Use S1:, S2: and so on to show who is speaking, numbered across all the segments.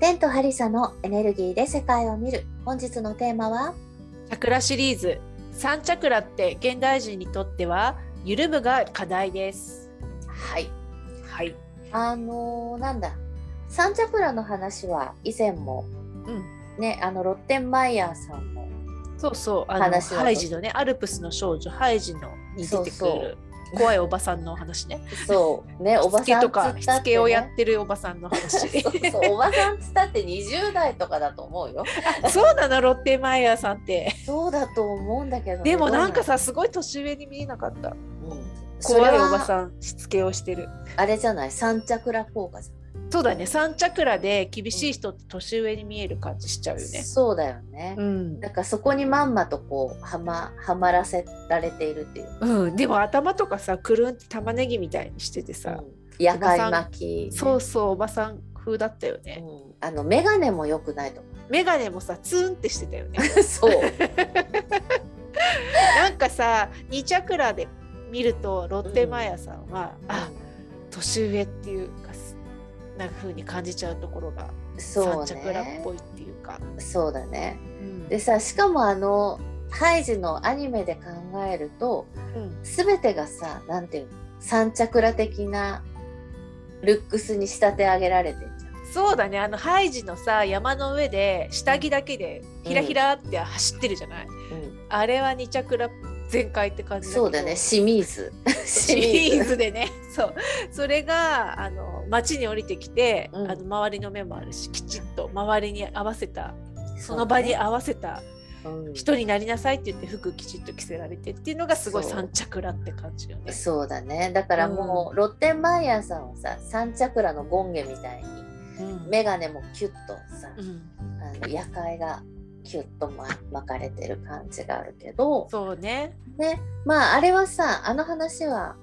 S1: テントハリサのエネルギーで世界を見る本日のテーマは
S2: チャクラシリーズ3チャクラって現代人にとっては緩むが課題です。
S1: はい
S2: はい。
S1: あのーなんだサンチャクラの話は以前も
S2: うん。
S1: ねあのロッテンマイヤーさんの
S2: そうそう。あの
S1: 話は
S2: ハイジのねアルプスの少女ハイジのに出てくる
S1: そうそう
S2: 怖いおばさんのお話ね。
S1: そうねお
S2: し
S1: ば
S2: つけ
S1: さん
S2: とか
S1: つっ
S2: したつ
S1: って
S2: けをや
S1: ね
S2: ってるおばさんの 話。
S1: そうそうおばさんつったって20代とかだと思うよ
S2: そうなのロッテマイヤーさんって。
S1: そうだと思うんだけどね、
S2: でもなんか
S1: さ、
S2: さすごい年上に見えなかった。
S1: うんそ
S2: 怖
S1: れ
S2: い
S1: は
S2: おばさんしつけをしてる。
S1: あれじゃないサンチャクラ効果じゃ
S2: そうだね3チャクラで厳しい人って年上に見える感じしちゃう
S1: ない
S2: よね。
S1: そうだよね、
S2: うん
S1: なんかそこにまんまとこうはまはまらせられているっていう
S2: うん、でも頭とかさくるんって玉ねぎみたいにしててさ、
S1: うん夜会巻き、
S2: そうそうおばさん風だったよね、
S1: うんあの眼鏡も良くない と思
S2: メガネもさツーンってしてたよね
S1: うそう
S2: なんかさ2チャクラで見るとロッテマヤさんは、あ年上っていうかすなんか風に感じちゃうところが
S1: そ
S2: 3
S1: う
S2: チャクラっ
S1: ね
S2: ぽいっていうか
S1: そうだね
S2: うん
S1: でさしかもあのハイジのアニメで考えると
S2: うん
S1: 全てがさなんていうの三着ら的なルックスに仕立て上げられてんじゃん
S2: そうだねあのハイジのさ山の上で下着だけでひらひらって走ってるじゃない、あれは2チャクラ全開って感じだけど
S1: そうだね清水
S2: シ
S1: 清
S2: リーズでね そうそれがあの街に降りてきて、
S1: うん
S2: あの周りの目もあるしきちっと周りに合わせたその場に合わせた
S1: そうね
S2: 人になりなさいって言って服きちっと着せられてっていうのがすごい
S1: そう
S2: 三チャクラって感じよ
S1: うん
S2: ね。
S1: そうだねだからもう、ロッテンマイヤーさんはさ三着らのゴンゲみたいに
S2: うん
S1: 眼鏡もキュッとさ、
S2: うん
S1: あの夜会がキュッとま巻かれてる感じがあるけど、
S2: そうね
S1: ね、まああれはさあの話は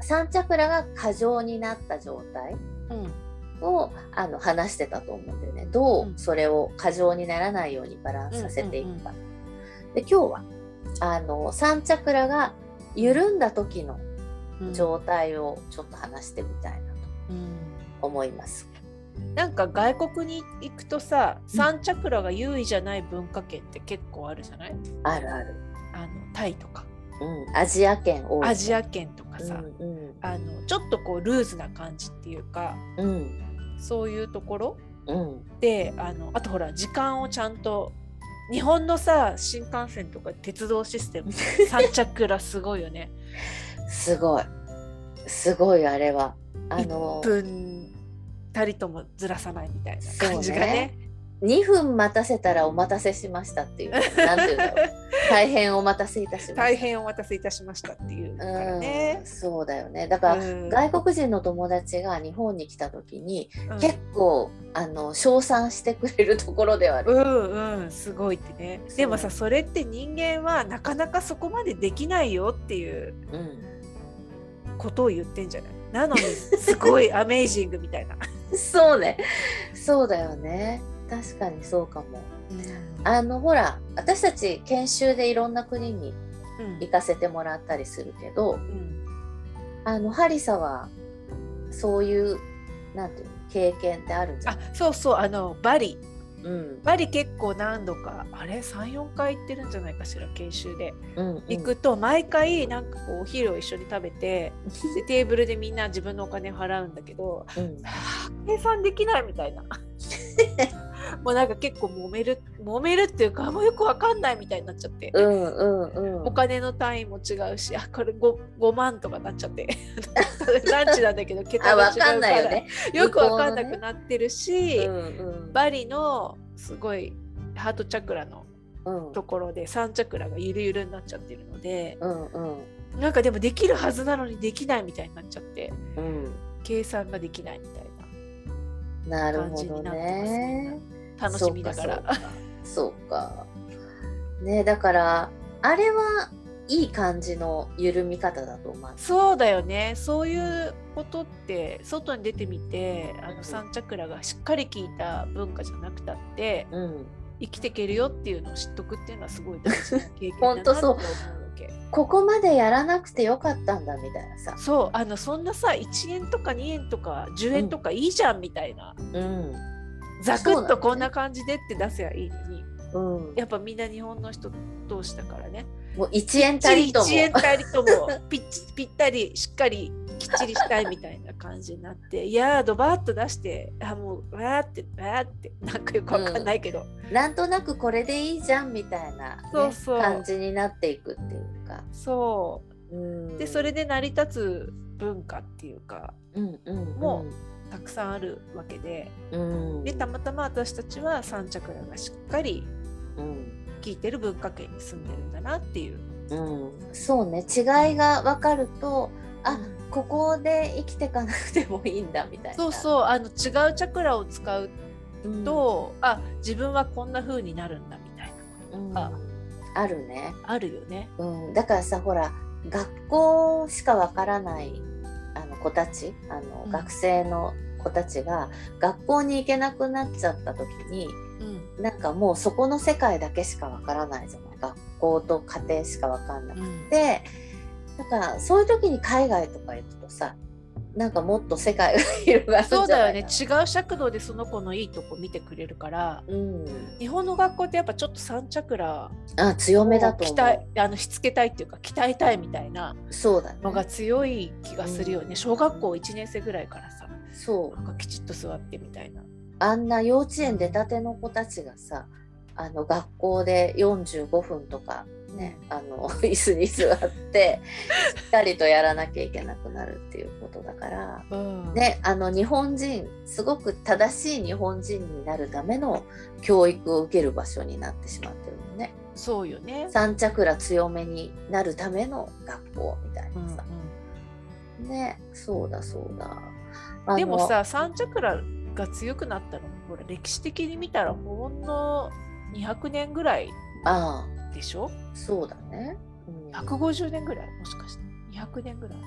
S1: 三チャクラが過剰になった状態
S2: うん
S1: をあの話してたと思うんだよねど
S2: う
S1: うんそれを過剰にならないようにバランスさせていくか。で今日はあの三チャクラが緩んだ時の
S2: うん
S1: 状態をちょっと話してみたいな
S2: うん
S1: と思います。
S2: なんか外国に行くとさ三チャクラが優位じゃない文化圏って結構あるじゃない
S1: あるある。
S2: あのタイとか
S1: うん、アジア圏多いね。
S2: アジア圏とかさ、
S1: うん
S2: あのちょっとこうルーズな感じっていうか
S1: うんうん
S2: そういうところ
S1: うん
S2: であのあとほら時間をちゃんと日本のさ新幹線とか鉄道シス テム三チャクラすごいよね。
S1: すごい。すごいあれは。あの
S2: 1分たりともずらさないみたいな感じがね。
S1: 2分待たせたらお待たせしました っていう。なんていうんだろう。大変お待たせいたしました。
S2: 大変お待たせいたしましたっていうからね
S1: うん、。そうだよね。だから、
S2: うん
S1: 外国人の友達が日本に来た時に、
S2: うん
S1: 結構あの称賛してくれるところではある。
S2: うんうんすごいってねでもさそれって人間はなかなかそこまでできないよっていう
S1: うん
S2: ことを言ってんじゃないな のにすごいアメイジングみたいな。
S1: そうね。そうだよね。確かにそうかも。あのほら私たち研修でいろんな国に
S2: うん
S1: 行かせてもらったりするけど、
S2: うん
S1: あのハリサはそういうなんていうの経験ってあるんじゃ
S2: あ
S1: ない？
S2: そうそうあのバリ
S1: うん
S2: バリ結構何度かあれ34回行ってるんじゃないかしら研修で
S1: うんうん
S2: 行くと毎回なんかこうお昼を一緒に食べてでテーブルでみんな自分のお金払うんだけど
S1: うん
S2: はぁ計算できないみたい なもうなんか結構揉める揉めるっていうかあんまよくわかんないみたいになっちゃって。
S1: うんうんう
S2: お
S1: ん
S2: 金の単位も違うしあこれ 5, 5万とかなっちゃって ランチなんだけど
S1: あ
S2: 桁が違
S1: わ
S2: う
S1: かんないよ
S2: から
S1: ね。
S2: よくわかんなくなってるし、
S1: うんうん
S2: バリのすごいハートチャクラの
S1: うん
S2: ところで3チャクラがゆるゆるになっちゃってるので
S1: うんうん
S2: なんかでもできるはずなのにできないみたいになっちゃって
S1: うん
S2: 計算ができないみたい
S1: なる
S2: な感
S1: ほ
S2: じに
S1: ど
S2: なってます
S1: ね
S2: ね。楽しみだから。
S1: そうか。そうかねだからあれはいい感じの緩み方だと思う。
S2: そうだよねそういうことって外に出てみてあの3チャクラがしっかり効いた文化じゃなくたって
S1: うん。
S2: 生きていけるよっていうのを知っとくっていうのはすごい大事な経験だな
S1: 本
S2: って
S1: 当
S2: 思
S1: そう
S2: うわけ。
S1: ここまでやらなくてよかったんだみたいなさ。
S2: そうあのそんなさ1円とか2円とか10円とかいいじゃんみたいな
S1: うん。
S2: ざくっとこんな感じでって出せばいいのに、
S1: うん、
S2: やっぱみんな日本の人同士だからね
S1: もう一円たりとも
S2: 一円たりともぴっちぴったりしっかりきっちりしたいみたいな感じになっていやードバーッと出してあもうわーってわーってなんかよくわかんないけど、
S1: なんとなくこれでいいじゃんみたいなね、
S2: そうそう
S1: 感じになっていくっていうか、
S2: そう
S1: うん
S2: でそれで成り立つ文化っていうか
S1: うんうんうん
S2: もたくさんあるわけで
S1: うん
S2: でたまたま私たちは三チャクラがしっかり
S1: うん
S2: 効いてる文化圏に住んでるんだなっていう。
S1: うんそうね違いが分かるとあここで生きてかなくてもいいんだみたいな
S2: そうそうあの違うチャクラを使う
S1: うん
S2: と、あ自分はこんな風になるんだみたいな
S1: うん
S2: あ
S1: あるね、
S2: あるよね。
S1: うん、だからさほら学校しかわからないあの子たちあの、
S2: うん
S1: 学生の子たちが学校に行けなくなっちゃった時に
S2: うん
S1: なんかもうそこの世界だけしかわからないじゃない学校と家庭しかわかんなく
S2: うん
S1: てだからそういう時に海外とか行くとさなんかもっと世界が広がるんじゃないかな
S2: そうだよね違う尺度でその子のいいとこ見てくれるから
S1: うん、
S2: 日本の学校ってやっぱちょっと三チャクラ
S1: あ強めだと
S2: 鍛
S1: 思
S2: え
S1: う
S2: あのしつけたいっていうか鍛えたいみたいな
S1: そうだね
S2: のが強い気がするよね、小学校1年生ぐらいからさ
S1: そう
S2: なんかきちっと座ってみたいな
S1: あんな幼稚園出たての子たちがさあの学校で45分とかねあの 椅子に座ってしっかりとやらなきゃいけなくなるっていうことだから、
S2: うん
S1: ね、あの日本人すごく正しい日本人になるための教育を受ける場所になってしまってるのね
S2: そうよね、
S1: 三チャクラ強めになるための学校みたいなさ、ねそうだそうだあの
S2: うんでもさ三チャクラが強くなったのほら歴史的に見たらほんの200年ぐらい
S1: あ
S2: でしょ
S1: あそうだね、うん
S2: 150年ぐらいもしかして200年ぐらい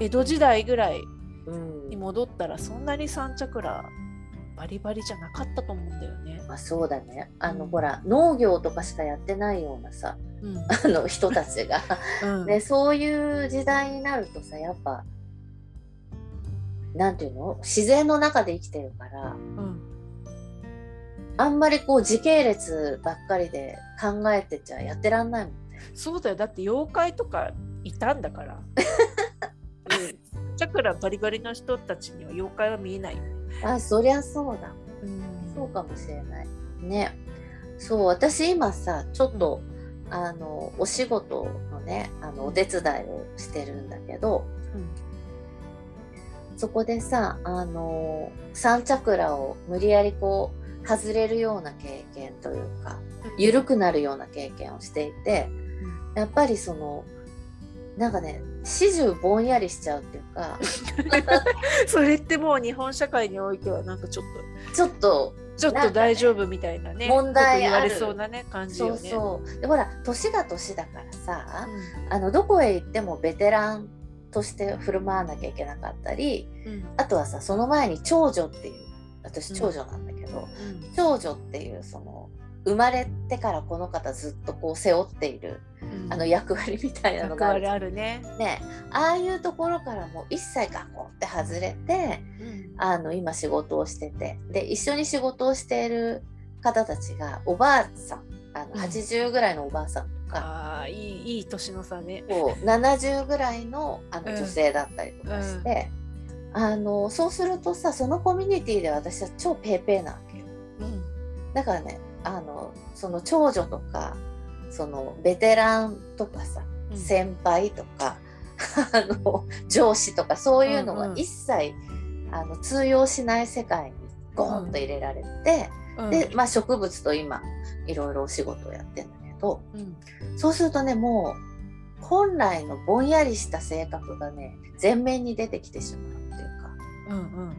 S1: 200
S2: 江戸時代ぐらい
S1: うん
S2: に戻ったらそんなに三チャクラバリバリじゃなかったと思うんだよね。
S1: まあ、そうだねあの、
S2: うん
S1: ほら農業とかしかやってないようなさあの人たちが、
S2: うん
S1: ね、そういう時代になるとさやっぱなんていうの自然の中で生きてるから
S2: うん
S1: あんまりこう時系列ばっかりで考えてちゃやってらんないもんね。
S2: そうだよだって妖怪とかいたん だから。チャクラバリバリの人たちには妖怪は見えない。
S1: あそりゃそうだそうかもしれない。ね。そう私今さちょっと、あのお仕事のねあのお手伝いをしてるんだけど、そこでさあの三チャクラを無理やりこう外れるような経験というか緩くなるような経験をしていてやっぱりそのなんかね始終ぼんやりしちゃうっていうか
S2: それってもう日本社会においてはなんかちょっと
S1: ちょっと
S2: ちょっと大丈夫みたいなね
S1: 問題
S2: こと言わ
S1: ある
S2: れそうなね感じ
S1: そ
S2: よ
S1: う
S2: ね。
S1: そうでほら年が年だからさ
S2: う
S1: あのどこへ行ってもベテランとして振る舞わなきゃいけなかったり
S2: んうん
S1: あとはさその前に長女っていう私長女なんだけど、長女っていうその生まれてからこの方ずっとこう背負っている
S2: うん
S1: あの役割みたいなの
S2: 役
S1: があ
S2: 割あ
S1: る
S2: るね。
S1: ねああいうところからもう一切学校って外れてあの今仕事をしててで一緒に仕事をしている方たちがおばあさんあの
S2: うん
S1: 80ぐらいのおばあさんとか、
S2: ああいいいい年の差ね。
S1: こう70ぐらいのあの
S2: うん
S1: 女性だったりとかして、あのそうするとさそのコミュニティで私は超ペーペーなわけよ。だからねあのその長女とかそのベテランとかさ、
S2: うん
S1: 先輩とか あの上司とかそういうの
S2: うん
S1: が
S2: うん
S1: 一切、あの通用しない世界にゴーンと入れられて、
S2: うん
S1: で、まあ、植物と今いろいろお仕事をやってんだけど
S2: うん
S1: そうするとねもう本来のぼんやりした性格がね前面に出てきてしまうっていうか。
S2: うんうん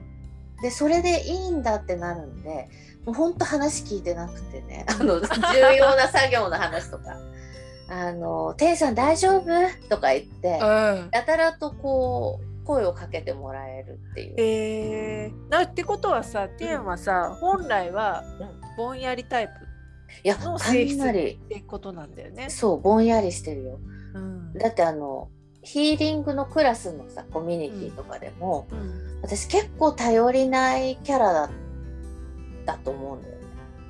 S1: でそれでいいんだってなるんでもうほんと話聞いてなくてね あの重要な作業の話とか「あのテイさん大丈夫?」とか言って
S2: うん
S1: やたらとこう声をかけてもらえるっていう。
S2: えー、なってことはさテンはさ本来は
S1: うん
S2: ぼんやりタイプ
S1: いや
S2: の
S1: か
S2: 性質
S1: なり
S2: ってことなんだよね。
S1: そうぼんやりしてるよ。
S2: うん
S1: だってあのヒーリングのクラスのさコミュニティとかでも、
S2: うん
S1: 私結構頼りないキャラだだと思うんだよね。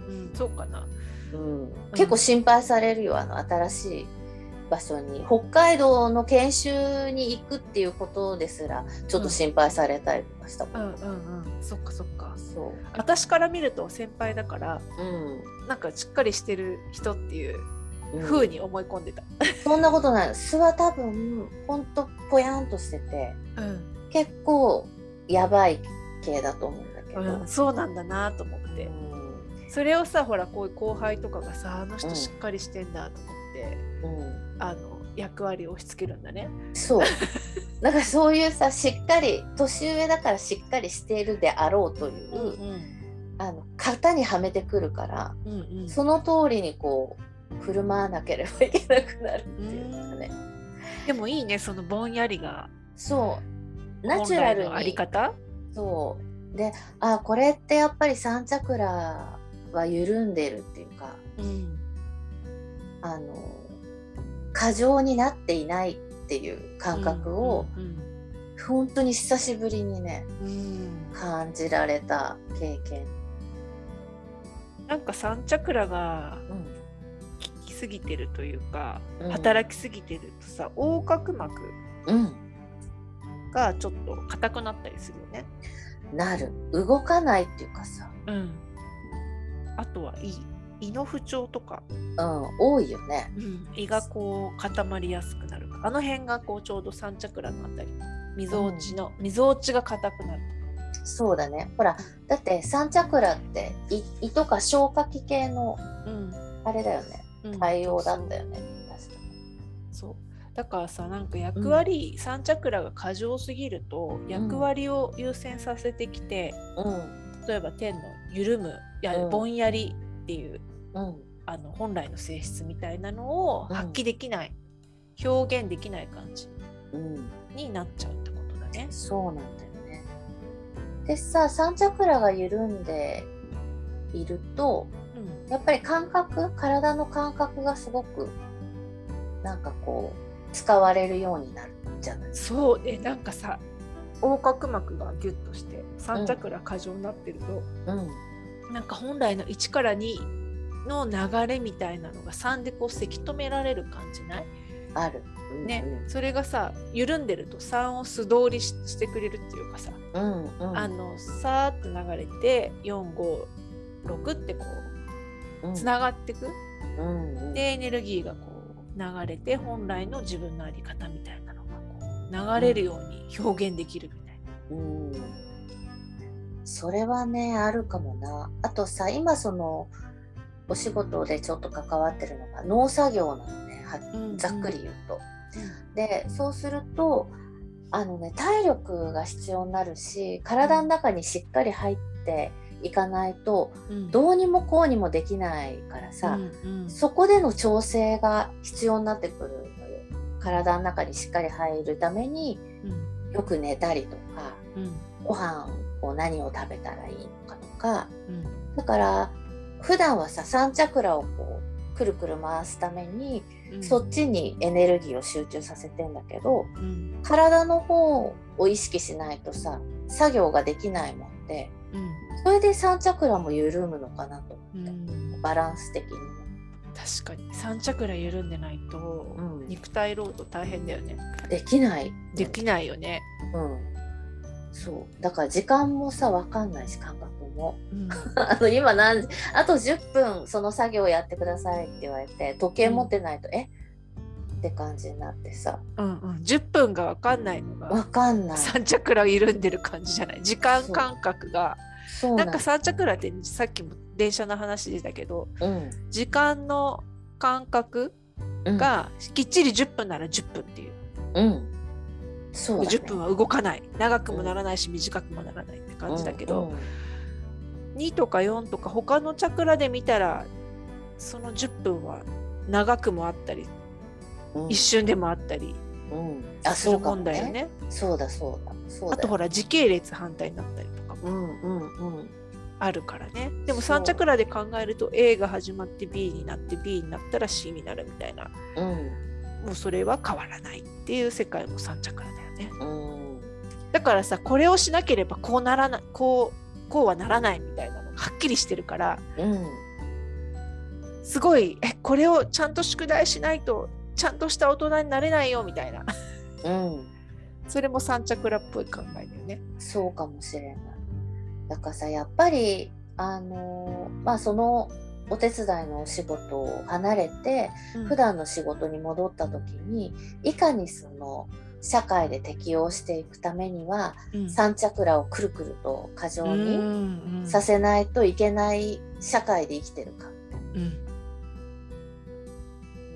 S2: うん、そうかな。
S1: うん、結構心配されるよあの新しい場所に北海道の研修に行くっていうことですらちょっと心配されたりとかしたもん、
S2: うんうんうん。そっかそっか。
S1: そ
S2: 私から見ると先輩だから
S1: う、うん
S2: なんかしっかりしてる人っていう
S1: うん
S2: 風に思い込んでた。
S1: そんなことない素は多分ほんとぽやんとしてて
S2: うん、
S1: 結構やばい系だと思うんだけど、
S2: うん、そうなんだなと思って。それをさほらこういう後輩とかがさあの
S1: う
S2: 人
S1: ん
S2: しっかりしてんだと思って、
S1: うんうん
S2: あの役割を押し付けるんだね。
S1: そうだからそういうさしっかり年上だからしっかりしているであろうという、
S2: ん
S1: あの型にはめてくるから、
S2: うんうん
S1: その通りにこう振る舞わなければいけなくなるっていうかね、
S2: でもいいねそのぼんやりが
S1: そうナチュラル
S2: 本来のあり
S1: に
S2: 方。
S1: そうであこれってやっぱり三チャクラは緩んでるっていうか
S2: うん
S1: あの過剰になっていないっていう感覚を、
S2: うん
S1: 本当に久しぶりにね
S2: うんうん
S1: 感じられた経験、
S2: なんか三チャクラが
S1: うん、
S2: 効きすぎてるというか、
S1: うん
S2: 働きすぎてるとさ横隔膜
S1: うん、
S2: がちょっと硬くなったりするよね。
S1: なる動かないっていうかさ、
S2: うん、あとは胃胃の不調とか、
S1: うん、多いよね
S2: 胃がこう固まりやすくなるあの辺がこうちょうど三チャクラのあたりみぞおちの、みぞおちが硬くなる
S1: そうだねほらだって三チャクラって胃胃とか消化器系の
S2: うん、
S1: あれだよね
S2: うん、
S1: 対応だったよね確か
S2: そうだからさなんか役割、三チャクラが過剰すぎると役割を優先させてきて、例えば天の緩むや
S1: うん
S2: ぼんやりっていう、
S1: うんうん
S2: あの本来の性質みたいなのを
S1: うん
S2: 発揮できない、表現できない感じ
S1: うん
S2: になっちゃうってことだね。
S1: そうなんだよねでさ三チャクラが緩んでいると
S2: うん
S1: やっぱり感覚体の感覚がすごくなんかこう使われるようになるじゃない
S2: そうえなんかさ横隔膜がギュッとして三チャクラ過剰になってると、
S1: うん
S2: なんか本来の1から2の流れみたいなのが3でこうせき止められる感じない
S1: ある
S2: ね、それがさ緩んでると3を素通りししてくれるっていうかさ、
S1: うんうん
S2: あのさーっと流れて456ってこ
S1: うん
S2: うつながってく、
S1: うんうん
S2: でエネルギーがこう流れて本来の自分の在り方みたいなのがこう流れるように表現できるみたいな。
S1: うんそれはねあるかもなあとさ今そのお仕事でちょっと関わってるのが農作業なのねはざっくり言うと。でそうするとあのね体力が必要になるし体の中にしっかり入っていかないと
S2: うん
S1: どうにもこうにもできないからさ、
S2: うんうん
S1: そこでの調整が必要になってくるのよ。体の中にしっかり入るために
S2: うん
S1: よく寝たりとか
S2: うん
S1: ご飯を何を食べたらいいのかとか
S2: うん
S1: だから普段はさ三チャクラをこうくるくる回すために、
S2: うん
S1: そっちにエネルギーを集中させてんだけど
S2: うん
S1: 体の方を意識しないとさ作業ができないもんで
S2: うん
S1: それで三チャクラも緩むのかなと
S2: う
S1: 思って、
S2: ん
S1: バランス的に
S2: 確かに三チャクラ緩んでないと
S1: も、うん
S2: 肉体労働大変だよね。
S1: できない
S2: できないよね。
S1: うんそうだから時間もさ分かんないし感覚も。
S2: うん
S1: あの今何時あと10分その作業やってくださいって言われて時計持ってないと、えって感じになってさ
S2: うんうん10分がわかんないの
S1: わ
S2: が
S1: かんない
S2: 三チャクラ緩んでる感じじゃない時間感覚が
S1: そうな
S2: な
S1: ん
S2: んか三チャクラってさっきも電車の話でしたけど
S1: うん
S2: 時間の感覚
S1: うん、
S2: がきっちり10分なら10分っていう
S1: うん、そうだ、ね、
S2: 10分は動かない長くもならないし短くもならないって感じだけど、
S1: うんうん
S2: 2とか4とか他のチャクラで見たらその10分は長くもあったり、
S1: うん
S2: 一瞬でもあったり
S1: うんあ
S2: す
S1: そ
S2: る
S1: うか
S2: も
S1: も
S2: ん
S1: ね
S2: だよね。
S1: そうだそうだそうだ
S2: あとほら時系列反対になったりとかも
S1: うんうんうん
S2: あるからねでも
S1: そう
S2: 3チャクラで考えると A が始まって B になって B になったら C になるみたいな
S1: うん
S2: もうそれは変わらないっていう世界も3チャクラだよね
S1: うん
S2: だからさこれをしなければこうならないこうこうはならないみたいなのがはっきりしてるから
S1: うん
S2: すごいえこれをちゃんと宿題しないとちゃんとした大人になれないよみたいな
S1: うん
S2: それも三着ラっぽい考えだよね。
S1: そうかもしれない。だからさやっぱりあのまあそのお手伝いのお仕事を離れて普段の仕事に戻った時にいかにその社会で適応していくためには三チャクラをくるくると過剰に
S2: に
S1: させないといけない社会で生きてるか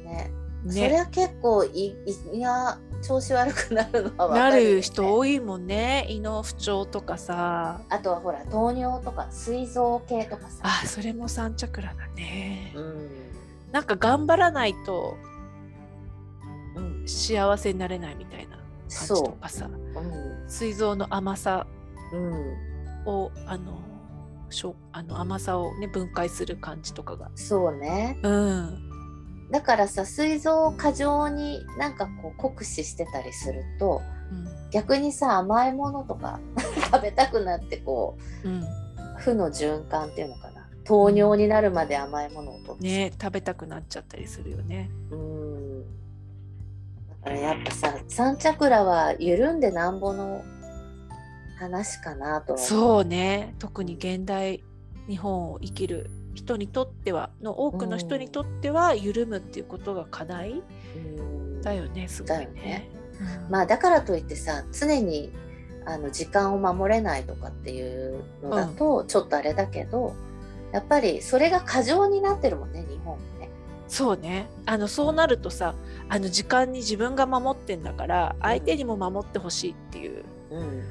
S1: ね。それ
S2: ね、
S1: は結構いいいや調子悪くなるのは分か
S2: な
S1: るよね
S2: る人多いもんね胃の不調とかさ
S1: あとはほら糖尿とか膵臓系とかさ。
S2: あそれも三着ラだね。
S1: うん
S2: なんか頑張らないと
S1: うん、
S2: 幸せになれないみたいな感じと
S1: そ
S2: かさ
S1: う。うん。
S2: 膵臓の甘さ
S1: うん。
S2: をあのしょあの甘さをね分解する感じとかが。
S1: そうね。
S2: うん
S1: だからさ、膵臓を過剰になんかこう酷使してたりすると、逆にさ、甘いものとか 食べたくなってこ
S2: うん
S1: う、負の循環っていうのかな。糖尿になるまで甘いものをとって。
S2: ね食べたくなっちゃったりするよね。
S1: うん。だからやっぱさ、三チャクラは緩んでなんぼの話かなとは思う。
S2: そうね特に現代日本を生きる人にとってはの多くの人にとっては緩むっていうことが課題
S1: うん
S2: だよねすごい
S1: だよ
S2: ね
S1: ね。まあだからといってさ常にあの時間を守れないとかっていうのだとちょっとあれだけど、やっぱりそれが過剰になってるもんね日本もね。
S2: そうねあのそうなるとさあの時間に自分が守ってんだから相手にも守ってほしいっていう、
S1: うん、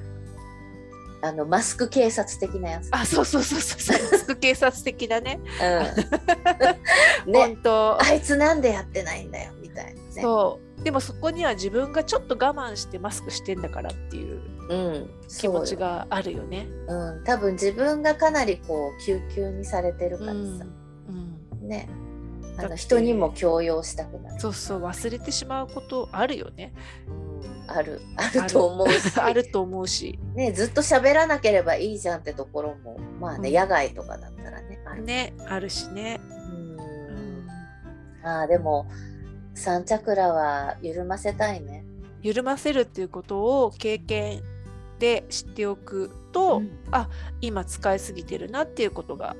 S1: あのマスク警察的なやつ。
S2: あそうそうそうそうそうマスク警察的だね
S1: うんね
S2: 本当
S1: あいつなんでやってないんだよみたいなね。
S2: そうでもそこには自分がちょっと我慢してマスクしてんだからっていう
S1: うん、
S2: 気持
S1: そ
S2: ち
S1: うよ
S2: があるよね。
S1: うん、多分自分がかなりこう救急にされてる
S2: う
S1: からさ、
S2: んうん
S1: ねあ
S2: だって
S1: の人にも強要したくなる、
S2: そうそう忘れてしまうことあるよね。
S1: うんあるあると思うし
S2: あると思うし
S1: ね、ずっと喋らなければいいじゃんってところもまあね、
S2: うん
S1: 野外とかだったらねある、
S2: ねあるしね。
S1: う
S2: うんん
S1: ああでも三チャクラは緩ませたいね、
S2: 緩ませるっていうことを経験で知っておく
S1: う
S2: と、
S1: ん
S2: 今使いすぎてるなっていうことが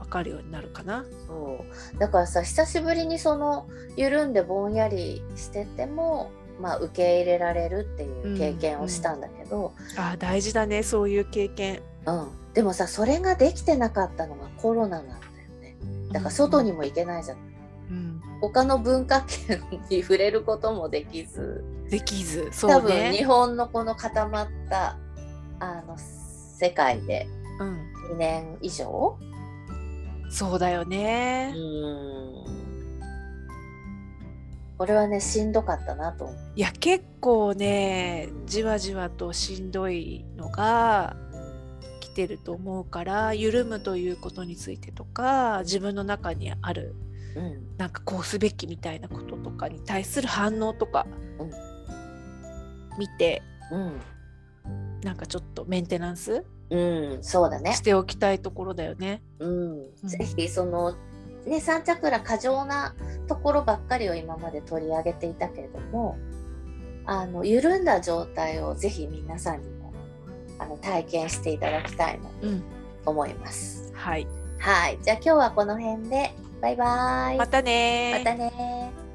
S2: 分かるようになるかな。
S1: そうだからさ久しぶりにその緩んでぼんやりしてても、まあ、受け入れられるっていう経験をしたんだけど、
S2: あ大事だねそういう経験。
S1: うんでもさそれができてなかったのがコロナなんだよねだから外にも行けないじゃん、
S2: うん、
S1: 他の文化圏に触れることもできず。
S2: できずそ
S1: 多
S2: う
S1: 分日
S2: ね。
S1: 本のこの固まったあの世界で
S2: うん、
S1: 2年以上
S2: そうだよね。
S1: これはねしんどかったなと思う
S2: いや結構ねじわじわとしんどいのが来てると思うから緩むということについてとか自分の中にある
S1: うん
S2: なんかこうすべきみたいなこととかに対する反応とか
S1: うん
S2: 見て
S1: うん
S2: なんかちょっとメンテナンス
S1: うん、そうだね
S2: し、ておきたいところだよね。
S1: うんぜひそのね三チャクラ過剰なところばっかりを今まで取り上げていたけれどもあの緩んだ状態をぜひ皆さんにもあの体験していただきたいな
S2: うん、
S1: と思います。
S2: はい
S1: はい、じゃあ今日はこの辺でバイバイ。
S2: またねー
S1: またねー